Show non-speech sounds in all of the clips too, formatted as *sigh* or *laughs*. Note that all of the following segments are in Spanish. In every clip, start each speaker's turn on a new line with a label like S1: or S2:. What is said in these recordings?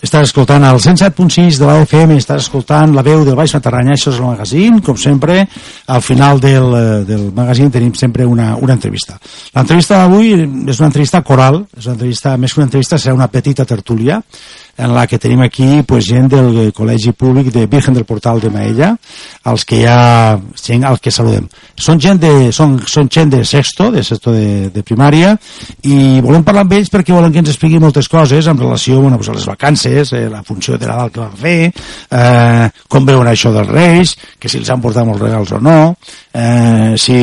S1: Estàs escoltant el 107.6 de la FM, estàs escoltant la veu del Baix Matarranya, això és el magazín, com sempre, al final del, eh, del magazín tenim sempre una, una entrevista. L'entrevista d'avui és una entrevista coral, és una entrevista, més que una entrevista serà una petita tertúlia, en la que tenim aquí pues, gent del eh, Col·legi Públic de Virgen del Portal de Maella, als que ja, gent als que saludem. Són gent de, són, són gent de sexto, de sexto de, de primària, i volem parlar amb ells perquè volen que ens expliqui moltes coses en relació bueno, pues, a les vacances, eh, la funció de Nadal que van fer, eh, com veuen això dels Reis, que si els han portat molts regals o no, eh, si,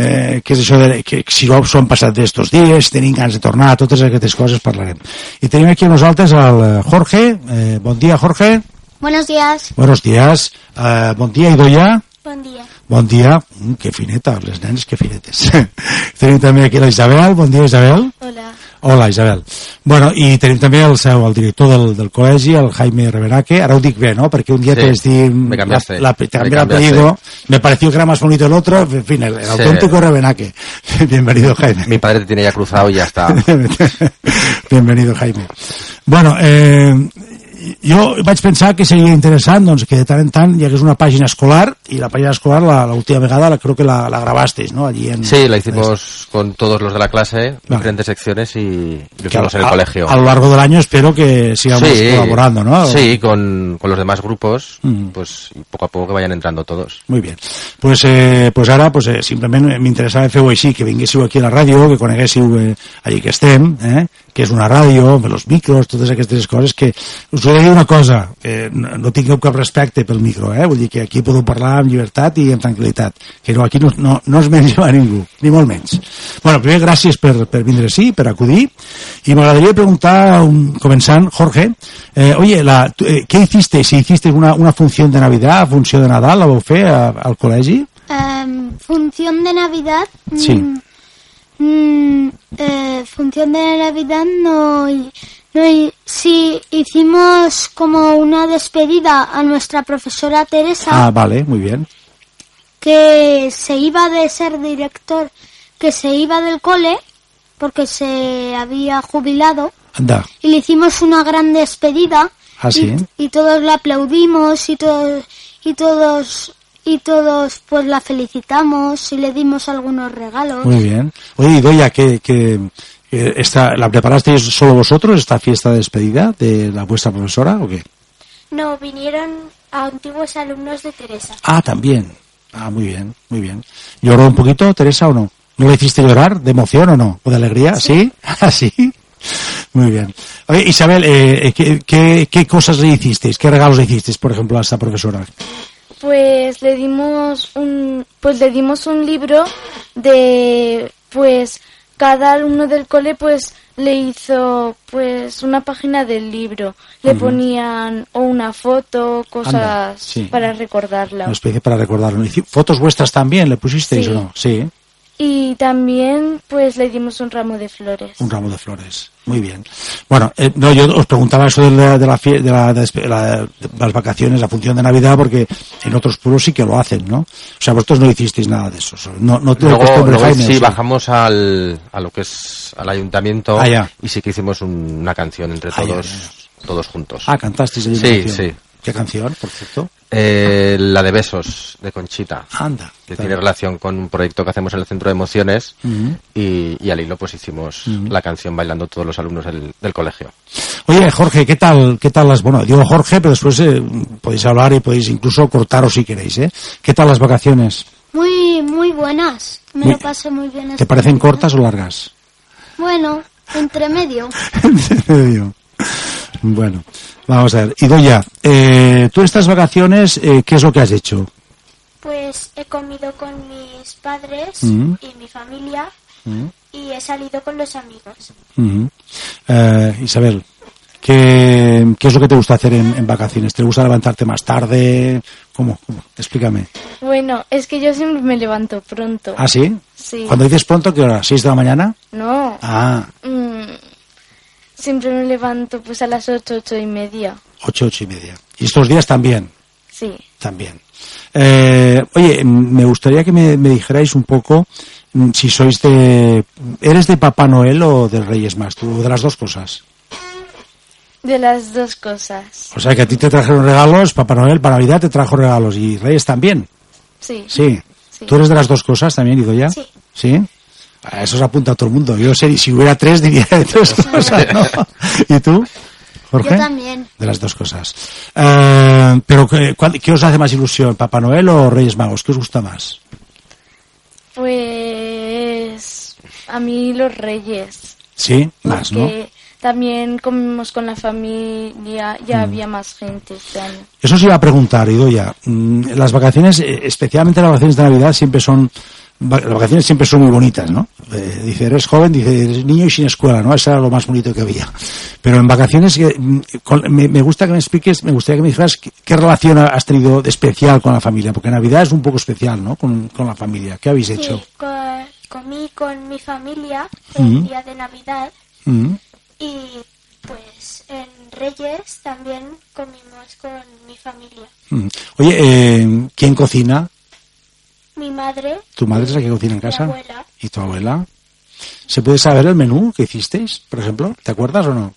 S1: eh, què és això de, que, si no s'ho han passat d'estos dies, si tenim ganes de tornar, totes aquestes coses parlarem. I tenim aquí amb nosaltres el eh, Jorge, eh, bon dia Jorge,
S2: Buenos días.
S1: buenos días, eh, bon dia Idoia,
S2: Buen día.
S1: bon dia, mm, que fineta, les nenes que finetes. *laughs* tenim també aquí la Isabel, bon dia Isabel.
S2: Hola.
S1: Hola Isabel. Bueno, i tenim també el seu, el director del, del col·legi, el Jaime Revenaque, ara ho dic bé, no? Perquè un dia
S3: Sí,
S1: te vas dir... mm,
S3: me cambiaste.
S1: La, la, te
S3: Me
S1: cambié el
S3: cambiaste.
S1: apellido, me pareció que era más bonito el otro, en fin, el, el
S3: Sí.
S1: auténtico Revenaque. *laughs* Bienvenido Jaime.
S3: Mi padre te tiene ya cruzado y ya está.
S1: *laughs* Bienvenido, Jaime. Bueno, eh, jo vaig pensar que seria interessant doncs, que de tant en tant hi hagués una pàgina escolar i la pàgina escolar la- l'última vegada la, creo que la, la grabasteis, ¿no? Allí en, Eh,
S3: Sí, la hicimos con todos los de la clase,
S1: Vale.
S3: diferentes secciones y lo
S1: Que a-
S3: hicimos en el
S1: a-
S3: colegio.
S1: A lo largo del año espero que sigamos
S3: Sí,
S1: colaborando, ¿no?
S3: Sí, con, con los demás grupos,
S1: Mm.
S3: pues y poco a poco que vayan entrando todos.
S1: Muy bien. Pues, eh, pues ara pues, eh, simplement m'interessava fer-ho així, que vinguéssiu aquí a la ràdio, que coneguéssiu eh, allí que estem, eh, que és una ràdio, amb els micros, totes aquestes coses, que us he de dir una cosa, que no, no tingueu cap respecte pel micro, eh? vull dir que aquí podeu parlar amb llibertat i amb tranquil·litat, que no, aquí no, no, no es menja a ningú, ni molt menys. bueno, primer, gràcies per, per vindre així, per acudir, i m'agradaria preguntar, un, començant, Jorge, eh, oye, la, tu, eh, què hiciste? Si hiciste una, una funció de Navidad, funció de Nadal, la vau fer a, al col·legi?
S2: Em, función de Navidad. mm,
S1: Sí.
S2: mm, eh, función de Navidad no. hi- no hi- sí, hicimos como una despedida a nuestra profesora Teresa,
S1: Ah, vale, muy bien.
S2: que se iba de ser director, que se iba del cole porque se había jubilado.
S1: Anda,
S2: y le hicimos una gran despedida
S1: Ah, sí.
S2: y, y todos la aplaudimos y todos y todos y todos pues la felicitamos y le dimos algunos regalos
S1: muy bien. Oye, Idoia, que, que, que esta, ¿la preparasteis solo vosotros, esta fiesta de despedida de la vuestra profesora o qué?
S4: No, vinieron a antiguos alumnos de Teresa.
S1: Ah, también. Ah, muy bien, muy bien. ¿Lloró un poquito, Teresa, o no? ¿No le hiciste llorar de emoción o no? ¿O de alegría? ¿Sí? *laughs* ¿Ah, sí? Muy bien. Oye, Isabel, eh, eh, ¿qué, qué, qué cosas le hicisteis? ¿Qué regalos le hicisteis, por ejemplo, a esta profesora?
S4: Pues le dimos un, pues le dimos un libro de, pues cada alumno del cole, pues le hizo, pues una página del libro. Le ponían o una foto, cosas
S1: Anda, sí.
S4: para recordarla.
S1: Una especie para recordarlo. Hici- ¿Fotos vuestras también le pusisteis
S4: Sí.
S1: o no? Sí.
S4: Y también, pues le dimos un ramo de flores.
S1: Un ramo de flores. Muy bien. Bueno, eh, no, yo os preguntaba eso de, la, de, la fie- de la- de la- de las vacaciones, la función de Navidad, porque en otros pueblos sí que lo hacen, ¿no? O sea, vosotros no hicisteis nada de eso. No, no te
S3: Luego, luego sí, bajamos al, a lo que es al ayuntamiento
S1: Ah, ya.
S3: y sí que hicimos un- una canción entre
S1: Ah, ya,
S3: todos,
S1: ya,
S3: todos juntos.
S1: Ah, cantasteis allí una
S3: Sí,
S1: canción.
S3: sí.
S1: ¿Qué canción, por cierto?
S3: Eh, la de besos de Conchita.
S1: Anda.
S3: que
S1: Claro.
S3: tiene relación con un proyecto que hacemos en el Centro de Emociones
S1: Ujú.
S3: y, y al hilo pues hicimos la canción bailando todos los alumnos del, del colegio.
S1: Oye, Jorge, ¿qué tal, qué tal las, bueno, digo Jorge, pero después eh, podéis hablar y podéis incluso cortaros si queréis, ¿eh? ¿Qué tal las vacaciones?
S2: muy muy buenas me
S1: Muy-
S2: lo pasé muy bien
S1: ¿Te
S2: esta
S1: parecen
S2: Navidad.
S1: cortas o largas?
S2: bueno entre medio
S1: *laughs* Medio. bueno, vamos a ver. Idoya, eh, tú estas vacaciones, eh, ¿qué es lo que has hecho?
S4: Pues he comido con mis padres
S1: Mm.
S4: y mi familia y he salido con los amigos.
S1: Ujú. Eh, Isabel, ¿qué, qué es lo que te gusta hacer en, en vacaciones? ¿Te gusta levantarte más tarde? ¿Cómo? ¿Cómo? Explícame.
S4: Bueno, es que yo siempre me levanto pronto.
S1: ¿Ah, sí?
S4: Sí.
S1: Cuando dices pronto, ¿qué hora? ¿6 de la mañana?
S4: No.
S1: Ah,
S4: Mm, siempre me levanto pues a las ocho, ocho y media.
S1: 8, 8 y media. Y estos días también.
S4: Sí.
S1: También. Eh, oye, mm, me gustaría que me, me dijerais un poco mm, si sois de... ¿Eres de Papá Noel o de Reyes Más? Tú, de las dos cosas.
S4: De las dos cosas.
S1: O sea que a ti te trajeron regalos, Papá Noel para Navidad te trajo regalos y Reyes también.
S4: Sí.
S1: Sí.
S4: Sí.
S1: ¿Tú eres de las dos cosas también, Ido ya?
S2: Sí.
S1: A eso se apunta todo el mundo. Yo sé, si hubiera tres diría de tres cosas, ¿no? ¿Y tú, Jorge?
S2: Yo también.
S1: De las dos cosas. Eh, pero ¿qué, cuál- qué os hace más ilusión, Papá Noel o Reyes Magos? ¿Qué os gusta más?
S4: Pues a mí los reyes.
S1: Sí, más, ¿no?
S4: porque también comimos con la familia,
S1: Mm.
S4: ya había más gente este año.
S1: Eso os iba a preguntar, Idoya. Mm, Las vacaciones, eh, especialmente las vacaciones de Navidad, siempre son va- las vacaciones siempre son muy bonitas, ¿no? Eh, dice, eres joven, dice, eres niño y sin escuela, ¿no? Eso era lo más bonito que había. Pero en vacaciones, eh, mm, con- me, me gusta que me expliques, me gustaría que me dijeras qué, qué relación has tenido de especial con la familia, porque Navidad es un poco especial, ¿no? Con, con la familia. ¿Qué habéis hecho?
S2: co- comí con mi familia
S1: Mm.
S2: día de Navidad
S1: Mm.
S2: y pues en Reyes también comimos con mi familia.
S1: Mm. Oye, eh, ¿quién cocina?
S2: Mi madre,
S1: ¿Tu madre es la que cocina en casa?
S2: abuela.
S1: ¿Y tu abuela? ¿Se puede saber el menú que hicisteis, por ejemplo? ¿Te acuerdas o no?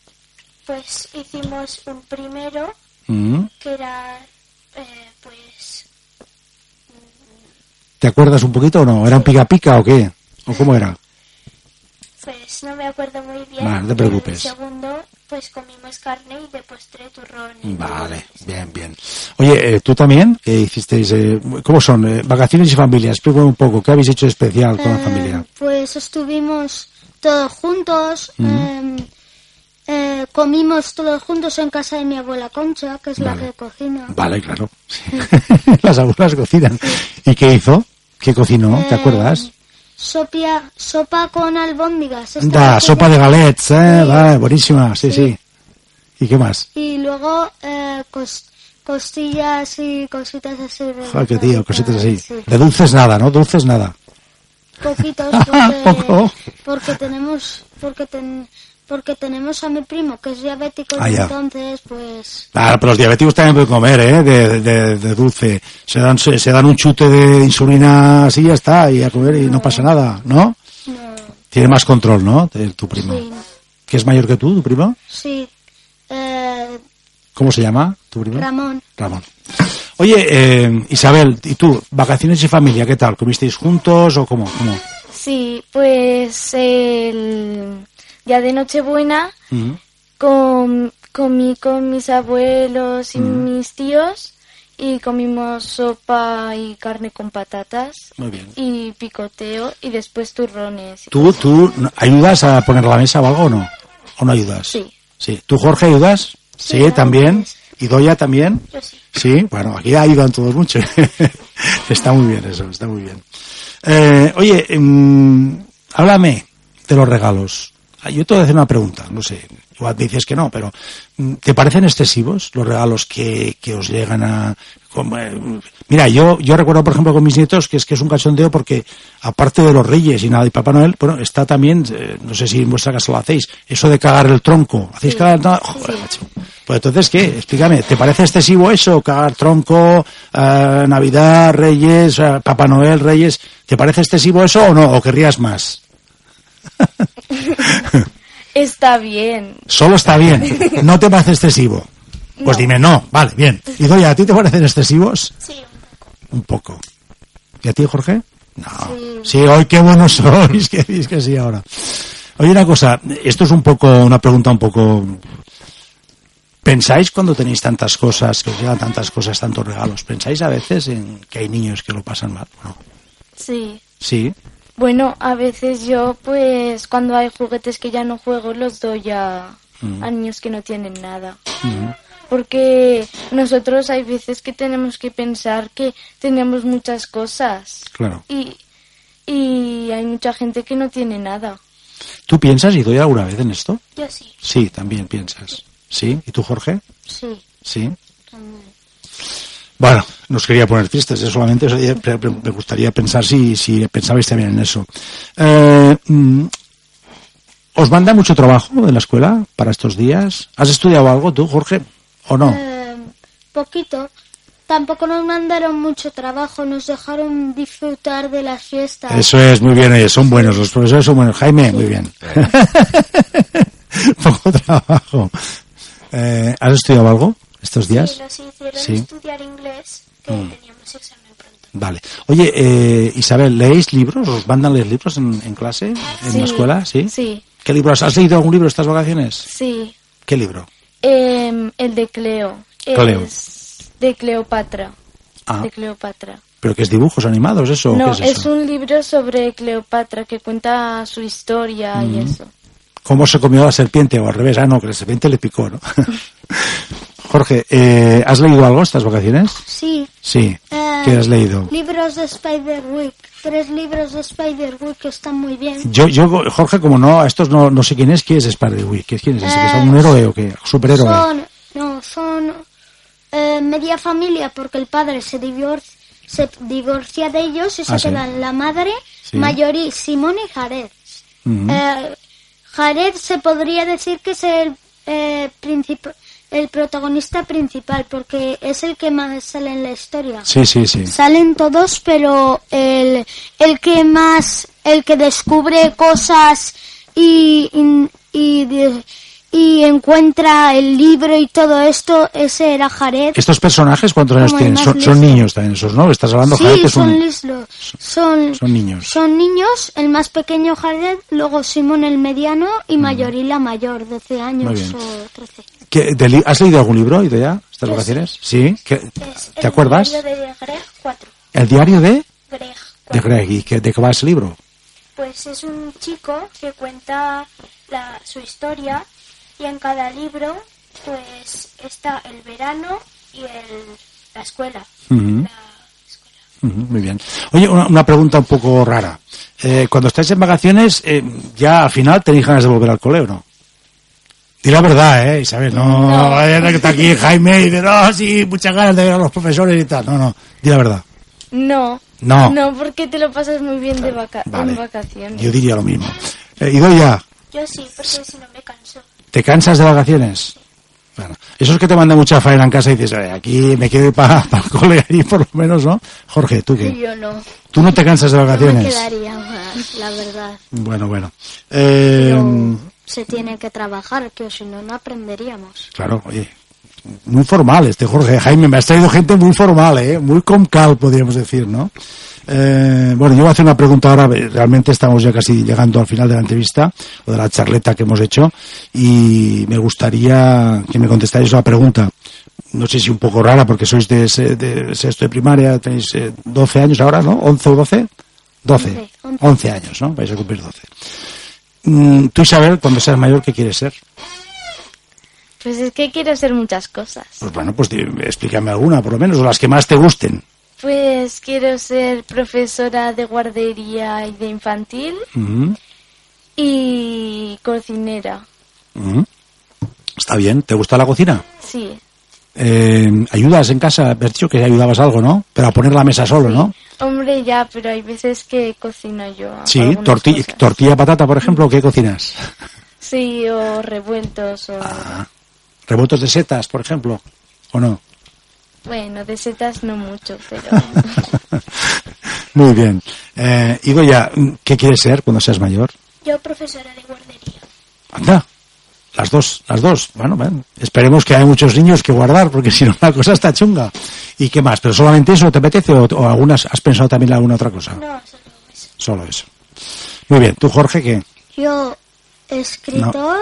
S2: pues hicimos un primero
S1: Mm.
S2: que era eh, pues
S1: ¿Te acuerdas un poquito o no? ¿Era un pica pica o qué? ¿O cómo era?
S2: pues no me acuerdo muy bien.
S1: Vale, no te
S2: Y
S1: preocupes.
S2: El segundo pues comimos carne y de postre turrón. y
S1: Vale, bien, bien. Oye, eh, ¿tú también? ¿Qué hicisteis? eh, ¿Cómo son? eh, vacaciones y familia. Explícame un poco. ¿Qué habéis hecho de especial Mm, con la
S2: Eh,
S1: familia?
S2: Pues estuvimos todos juntos,
S1: Mm.
S2: eh, eh, comimos todos juntos en casa de mi abuela Concha, que es
S1: Vale.
S2: la que cocina.
S1: Vale, claro. *laughs* sí. Las abuelas cocinan. ¿Y qué hizo? ¿Qué cocinó? ¿Te
S2: Eh,
S1: acuerdas?
S2: Sopia, sopa con albóndigas. esta
S1: Da,
S2: que
S1: sopa de
S2: hacía.
S1: galets, ¿eh?
S2: pues Sí.
S1: Vale, buenísima. Sí, sí.
S2: Sí.
S1: ¿Y qué más?
S2: Y luego eh, cos- costillas y cositas así. de
S1: Joder, qué tío,
S2: ricas,
S1: cositas así.
S2: sí.
S1: De dulces nada, ¿no? Dulces nada. *laughs*
S2: Poquitos
S1: Ah, Poco.
S2: porque, porque tenemos porque ten- porque tenemos a mi primo que es diabético
S1: Ah,
S2: y
S1: ya.
S2: entonces pues
S1: Claro, Ah, pero los diabéticos también pueden comer, ¿eh? De, de- de dulce. Se dan, se, se dan un chute de insulina así y ya está, y a comer y no pasa nada, ¿no?
S2: no
S1: Tiene más control, ¿no? De tu primo.
S2: sí,
S1: ¿Que es mayor que tú, tu primo?
S2: sí eh,
S1: ¿Cómo se llama tu primo?
S2: Ramón
S1: Ramón. Oye, eh, Isabel, ¿y tú? ¿Vacaciones y familia qué tal? ¿Comisteis juntos o cómo? ¿Cómo?
S4: Sí, pues el día de Nochebuena
S1: Mm.
S4: com- comí con mis abuelos y
S1: Mm.
S4: mis tíos y comimos sopa y carne con patatas
S1: Muy bien.
S4: y picoteo y después turrones.
S1: ¿Tú, tú no- ayudas a poner la mesa o algo o no? ¿O no ayudas?
S4: Sí.
S1: Sí. ¿Tú, Jorge, ayudas? Sí,
S2: claro.
S1: también. ¿Y Doya también?
S2: yo sí
S1: Sí, bueno, aquí ayudan todos mucho. *laughs* está muy bien eso, está muy bien. Eh, oye, mm, háblame de los regalos. Ah, Yo te voy a hacer una pregunta, no sé, igual me dices que no, pero mm, ¿te parecen excesivos los regalos que, que os llegan a... como, eh, mira, yo, yo recuerdo, por ejemplo, con mis nietos que es que es un cachondeo porque, aparte de los reyes y nada, y Papá Noel, bueno, está también, eh, no sé si en vuestra casa lo hacéis, eso de cagar el tronco. ¿Hacéis cagar el tronco? Joder,
S4: Sí.
S1: macho. Pues entonces, ¿qué? Explícame, ¿te parece excesivo eso? Cagar tronco, eh, Navidad, Reyes, eh, Papá Noel, Reyes. ¿Te parece excesivo eso o no? ¿O querrías más?
S4: Está bien.
S1: Solo está bien. ¿No te parece excesivo? Pues dime, no. Vale, bien. Y Doña, ¿a ti te parecen excesivos?
S2: sí
S1: Un poco. ¿Y a ti, Jorge? No. Sí, hoy qué buenos sois, *laughs* que decís que sí ahora. Oye, una cosa, esto es un poco, una pregunta un poco... ¿Pensáis cuando tenéis tantas cosas, que os llegan tantas cosas, tantos regalos, pensáis a veces en que hay niños que lo pasan mal? ¿o no?
S4: Sí.
S1: Sí.
S4: Bueno, a veces yo, pues, cuando hay juguetes que ya no juego, los doy a,
S1: Mm.
S4: a niños que no tienen nada.
S1: Mm-hmm.
S4: Porque nosotros hay veces que tenemos que pensar que tenemos muchas cosas.
S1: Claro.
S4: Y, y hay mucha gente que no tiene nada.
S1: ¿Tú piensas, y doy alguna vez en esto?
S2: yo sí
S1: Sí, también piensas. ¿Sí? ¿Y tú, Jorge?
S2: sí
S1: Sí. Bueno, nos quería poner tristes, ¿eh? solamente os- eh, pre- pre- me gustaría pensar si, si pensabais también en eso. Eh, mm, ¿Os manda mucho trabajo de la escuela para estos días? ¿Has estudiado algo tú, Jorge? ¿O no?
S2: Eh, poquito tampoco nos mandaron mucho trabajo nos dejaron disfrutar de las fiestas
S1: Eso es, muy bien, oye, son buenos, los *laughs* profesores son buenos. Jaime, muy bien. Poco trabajo. Eh, ¿Has estudiado algo estos días?
S5: Sí, nos hicieron
S1: Sí.
S5: estudiar inglés, que
S1: Mm.
S5: teníamos examen pronto.
S1: Vale. Oye, eh, Isabel, ¿leéis libros? ¿Os mandan leer libros en, en clase? ¿En la escuela? ¿Sí?
S4: Sí,
S1: ¿Qué libros? ¿Has leído algún libro estas vacaciones?
S4: sí.
S1: ¿Qué libro?
S4: Em, el de Cleo.
S1: Cleo.
S4: Es de Cleopatra.
S1: Ah.
S4: De Cleopatra.
S1: ¿Pero qué es dibujos animados eso? o
S4: No,
S1: ¿qué es
S4: es,
S1: eso?
S4: un libro sobre Cleopatra que cuenta su historia y
S1: Mm-hmm.
S4: eso.
S1: ¿Cómo se comió la serpiente? O al revés, ah, no, que la serpiente le picó, ¿no? Jorge, eh, ¿has leído algo estas vacaciones?
S2: Sí.
S1: Sí.
S2: eh,
S1: ¿Qué has leído?
S2: Libros de Spider-Wick. Tres libros de Spider-Wick que están muy bien.
S1: Yo, yo, Jorge, como no, a estos no, no sé quién es, ¿quién es Spider-Wick? ¿Quién es ese? ¿Que ¿Es
S2: Eh,
S1: un héroe o qué? ¿Superhéroe?
S2: Son, no, son eh, media familia porque el padre se, divor- se divorcia de ellos y
S1: Ah, sí.
S2: se quedan la madre,
S1: Sí.
S2: Mayori, Simón y Jared.
S1: Ujú.
S2: Eh, Jared se podría decir que es el, eh, princip- el protagonista principal porque es el que más sale en la historia.
S1: Sí, sí, sí.
S2: Salen todos, pero el, el que más, el que descubre cosas y, y, y de- y encuentra el libro y todo esto, ese era Jared.
S1: Estos personajes, ¿cuántos años
S2: Como el
S1: tienen?
S2: más
S1: Son, son
S2: listo.
S1: niños también esos, ¿no? Estás hablando,
S2: Sí,
S1: Jared, que es
S2: son,
S1: un...
S2: listos. Son,
S1: son niños.
S2: Son niños, el más pequeño Jared, luego Simón el mediano y Mayor y la mayor, 12
S1: Muy
S2: años
S1: bien.
S2: o 13.
S1: ¿Qué- de li- ¿Has leído algún libro, Idea, estas
S5: Yo
S1: vacaciones? Sí. ¿Qué-
S5: Es
S1: ¿Te acuerdas?
S5: El libro de Greg 4.
S1: El diario de,
S5: Greg
S1: de
S5: 4.
S1: Greg. ¿Y qué- de qué va ese libro?
S5: Pues es un chico que cuenta la- su historia y en cada libro pues está el verano y el- la escuela.
S1: Ujú.
S5: La escuela.
S1: Ujú, Muy bien. Oye, una, una pregunta un poco rara. Eh, cuando estáis en vacaciones, eh, ya al final tenéis ganas de volver al cole o no? Di la verdad, ¿eh, Isabel? No, vaya, que está aquí Jaime y dice, no, sí, muchas ganas de ver a los profesores y tal. No, no, di la verdad.
S4: No.
S1: No.
S4: No, porque te lo pasas muy bien de vaca
S1: Vale.
S4: en vacaciones.
S1: Yo diría lo mismo. Eh, Idoia,
S5: Yo sí, porque si no me canso.
S1: ¿te cansas de vacaciones? Bueno, eso es que te manda mucha faena en casa y dices, "Ay, aquí me quiero ir *laughs* para el cole, allí por lo menos, ¿no? Jorge, ¿tú qué?
S4: Yo no.
S1: ¿Tú no te cansas de
S2: No me
S1: vacaciones?
S2: quedaría más, la verdad.
S1: Bueno, bueno. Eh,
S2: Pero se tiene que trabajar, que si no, no aprenderíamos.
S1: Claro, Pues, oye, muy formal este Jorge. Jaime, me has traído gente muy formal, ¿eh? Muy con cal, podríamos decir, ¿no? Eh, bueno, yo voy a hacer una pregunta ahora, eh, realmente estamos ya casi llegando al final de la entrevista o de la charleta que hemos hecho y me gustaría que me contestáis una pregunta, no sé si un poco rara porque sois de, se- de sexto de primaria, tenéis eh, 12 años ahora, ¿no? ¿11 o 12? 12.
S2: Once, once.
S1: 11 años, ¿no? Vais a cumplir 12. Mm, Tú, Isabel, cuando seas mayor, ¿qué quieres ser?
S4: Pues es que quiero hacer muchas cosas.
S1: Pues bueno, pues di- explícame alguna, por lo menos, o las que más te gusten.
S4: Pues quiero ser profesora de guardería y de infantil
S1: Ujú,
S4: y cocinera.
S1: ujú. mm. Está bien, ¿te gusta la cocina?
S4: Sí.
S1: Eh, ¿Ayudas en casa? Me has dicho que ayudabas algo, ¿no? Pero a poner la mesa solo, ¿no?
S4: Hombre, ya, pero hay veces que cocino yo.
S1: Sí,
S4: algunas
S1: torti-
S4: cosas.
S1: tortilla patata, por ejemplo, ¿qué cocinas?
S4: Sí, o revueltos, o.
S1: Ah, ¿Revueltos de setas, por ejemplo? ¿O no?
S4: Bueno, de setas no mucho, pero.
S1: *laughs* Muy bien. Eh, ya, ¿qué quieres ser cuando seas mayor?
S5: Yo profesora de guardería.
S1: Anda. Las dos, las dos. Bueno, bueno, esperemos que haya muchos niños que guardar, porque *laughs* si no la cosa está chunga. ¿Y qué más? ¿Pero solamente eso te apetece o, o algunas, has pensado también en alguna otra cosa?
S5: No, solo eso.
S1: Solo eso. Muy bien, tú Jorge, que
S2: Yo, escritor,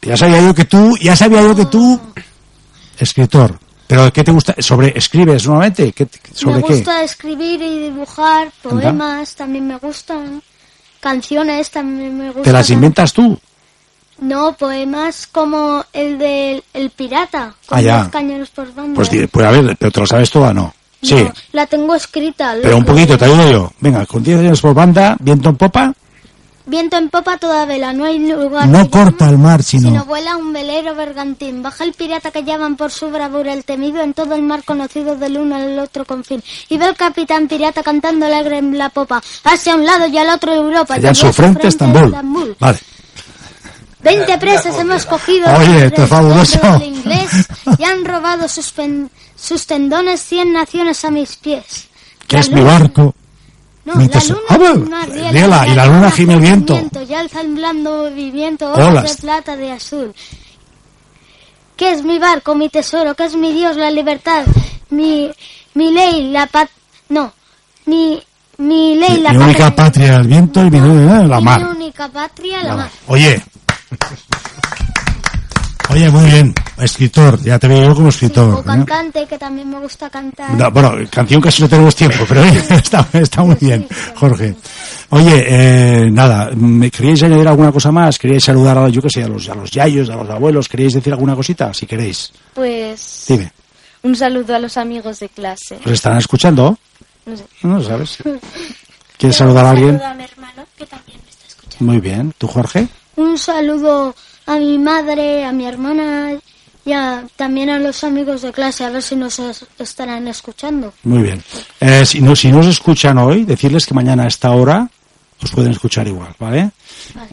S1: ya sabía yo que tú, ya sabía yo que tú, escritor. ¿Pero qué te gusta? ¿Sobre escribes nuevamente? ¿Qué, ¿Sobre
S2: me
S1: qué?
S2: gusta escribir y dibujar, poemas también me gustan, canciones también me gustan.
S1: ¿Te las inventas tú?
S2: No, poemas como el del el pirata, con
S1: Ah, ya.
S2: los cañones por banda.
S1: Pues, di- pues a ver, pero te lo sabes toda, ¿no? Sí,
S2: No, la tengo escrita. lo
S1: pero un
S2: que-
S1: poquito, te ayudo yo. Venga, con 10 años por banda, viento en popa,
S2: Viento en popa toda vela, no hay lugar.
S1: no
S2: que
S1: corta
S2: llame,
S1: el mar,
S2: Sino vuela un velero bergantín. Baja el pirata que llaman por su bravura el temido en todo el mar conocido del uno al otro confín. Y ve el capitán pirata cantando alegre en la popa. Hacia un lado y al otro Europa.
S1: Allá en
S2: y
S1: su frente, Estambul.
S2: Estambul.
S1: Vale.
S2: Veinte presas hemos cogido.
S1: Oye,
S2: del
S1: esto es fabuloso.
S2: pueblo inglés y han robado sus, pen- sus tendones cien naciones a mis pies.
S1: que
S2: La
S1: es mi
S2: luna-
S1: barco?
S2: No,
S1: Mi
S2: la
S1: tesoro.
S2: luna
S1: Ah, bueno,
S2: es más
S1: riela,
S2: riela,
S1: y la luna gime el
S2: hace
S1: viento.
S2: Y alza el blando movimiento
S1: Olas.
S2: olas de plata de azul. que es mi barco, mi tesoro, que es mi Dios, la libertad, mi, mi ley, la paz, no, mi, mi ley, la
S1: Mi única patria el viento y mi eh, la
S2: mi
S1: mar.
S2: única patria, la mar.
S1: Oye. Oye, muy bien. Escritor, ya te veo yo como escritor.
S2: o
S1: ¿eh?
S2: cantante, que también me gusta cantar.
S1: No, bueno, canción casi no tenemos tiempo, pero eh, *laughs* está, está muy bien, Jorge. Oye, eh, nada, ¿me queríais añadir alguna cosa más? ¿Queríais saludar a, yo qué sé, a los, a los yayos, a los abuelos? ¿Queríais decir alguna cosita? Si queréis,
S4: Pues
S1: dime.
S4: un saludo a los amigos de clase.
S1: ¿Los estarán escuchando?
S4: No sé.
S1: No
S2: *laughs*
S1: sabes. ¿Quieres saludar a alguien?
S5: Saludo a mi hermano, que también me está escuchando.
S1: Muy bien. ¿Tú, Jorge?
S2: Un saludo a mi madre, a mi hermana y a- también a los amigos de clase, a ver si nos es- estarán escuchando.
S1: Muy bien. Eh, si, no, si no os escuchan hoy, decirles que mañana a esta hora os pueden escuchar igual, ¿vale?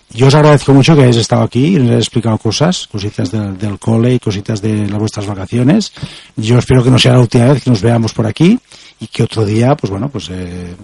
S1: Yo os agradezco mucho que hayáis estado aquí y nos hayáis explicado cosas, cositas del, del cole y cositas de las vuestras vacaciones. Yo espero que no sea la última vez que nos veamos por aquí y que otro día, pues bueno, pues eh,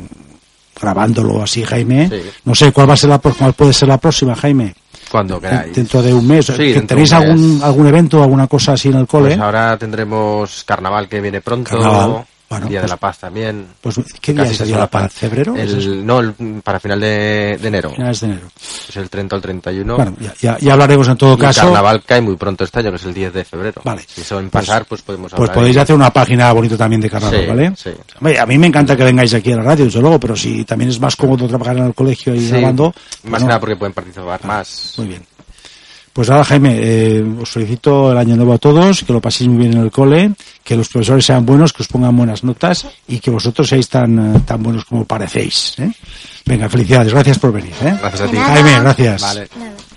S1: grabándolo así, Jaime.
S3: Sí.
S1: No sé cuál va a ser la, pro- cuál puede ser la próxima, Jaime.
S3: Cuando queráis.
S1: Dentro de un mes.
S3: Sí,
S1: ¿Que
S3: dentro de
S1: ¿Tenéis
S3: un mes.
S1: algún algún evento, alguna cosa así en el cole?
S3: Pues ahora tendremos carnaval que viene pronto,
S1: Carnaval. Bueno,
S3: Día
S1: pues-
S3: de la Paz también.
S1: Pues, ¿qué día
S3: Casi
S1: es
S3: se
S1: el día de la
S3: solapa.
S1: paz? ¿Febrero?
S3: El-
S1: Es
S3: no, el- para final de, de enero.
S1: finales de enero.
S3: Es el 30 al 31.
S1: Bueno, ya, ya- ya hablaremos en todo
S3: y el
S1: caso.
S3: carnaval cae muy pronto este año, que es el 10 de febrero.
S1: Vale.
S3: Si son pasar, pues, podemos
S1: Pues
S3: hablar.
S1: podéis hacer una página bonita también de carnaval,
S3: Sí,
S1: ¿vale?
S3: sí.
S1: Hombre, a mí me encanta que vengáis aquí a la radio, desde luego, pero si también es más cómodo trabajar en el colegio y
S3: Sí,
S1: grabando.
S3: Más
S1: bueno,
S3: que nada porque pueden participar más.
S1: Muy bien. Pues nada, Jaime, eh, os felicito el año nuevo a todos, que lo paséis muy bien en el cole, que los profesores sean buenos, que os pongan buenas notas y que vosotros seáis tan, eh, tan buenos como parecéis. ¿eh? Venga, felicidades, gracias por venir. ¿eh?
S3: Gracias a ti.
S2: De nada.
S1: Jaime, gracias.
S3: Vale.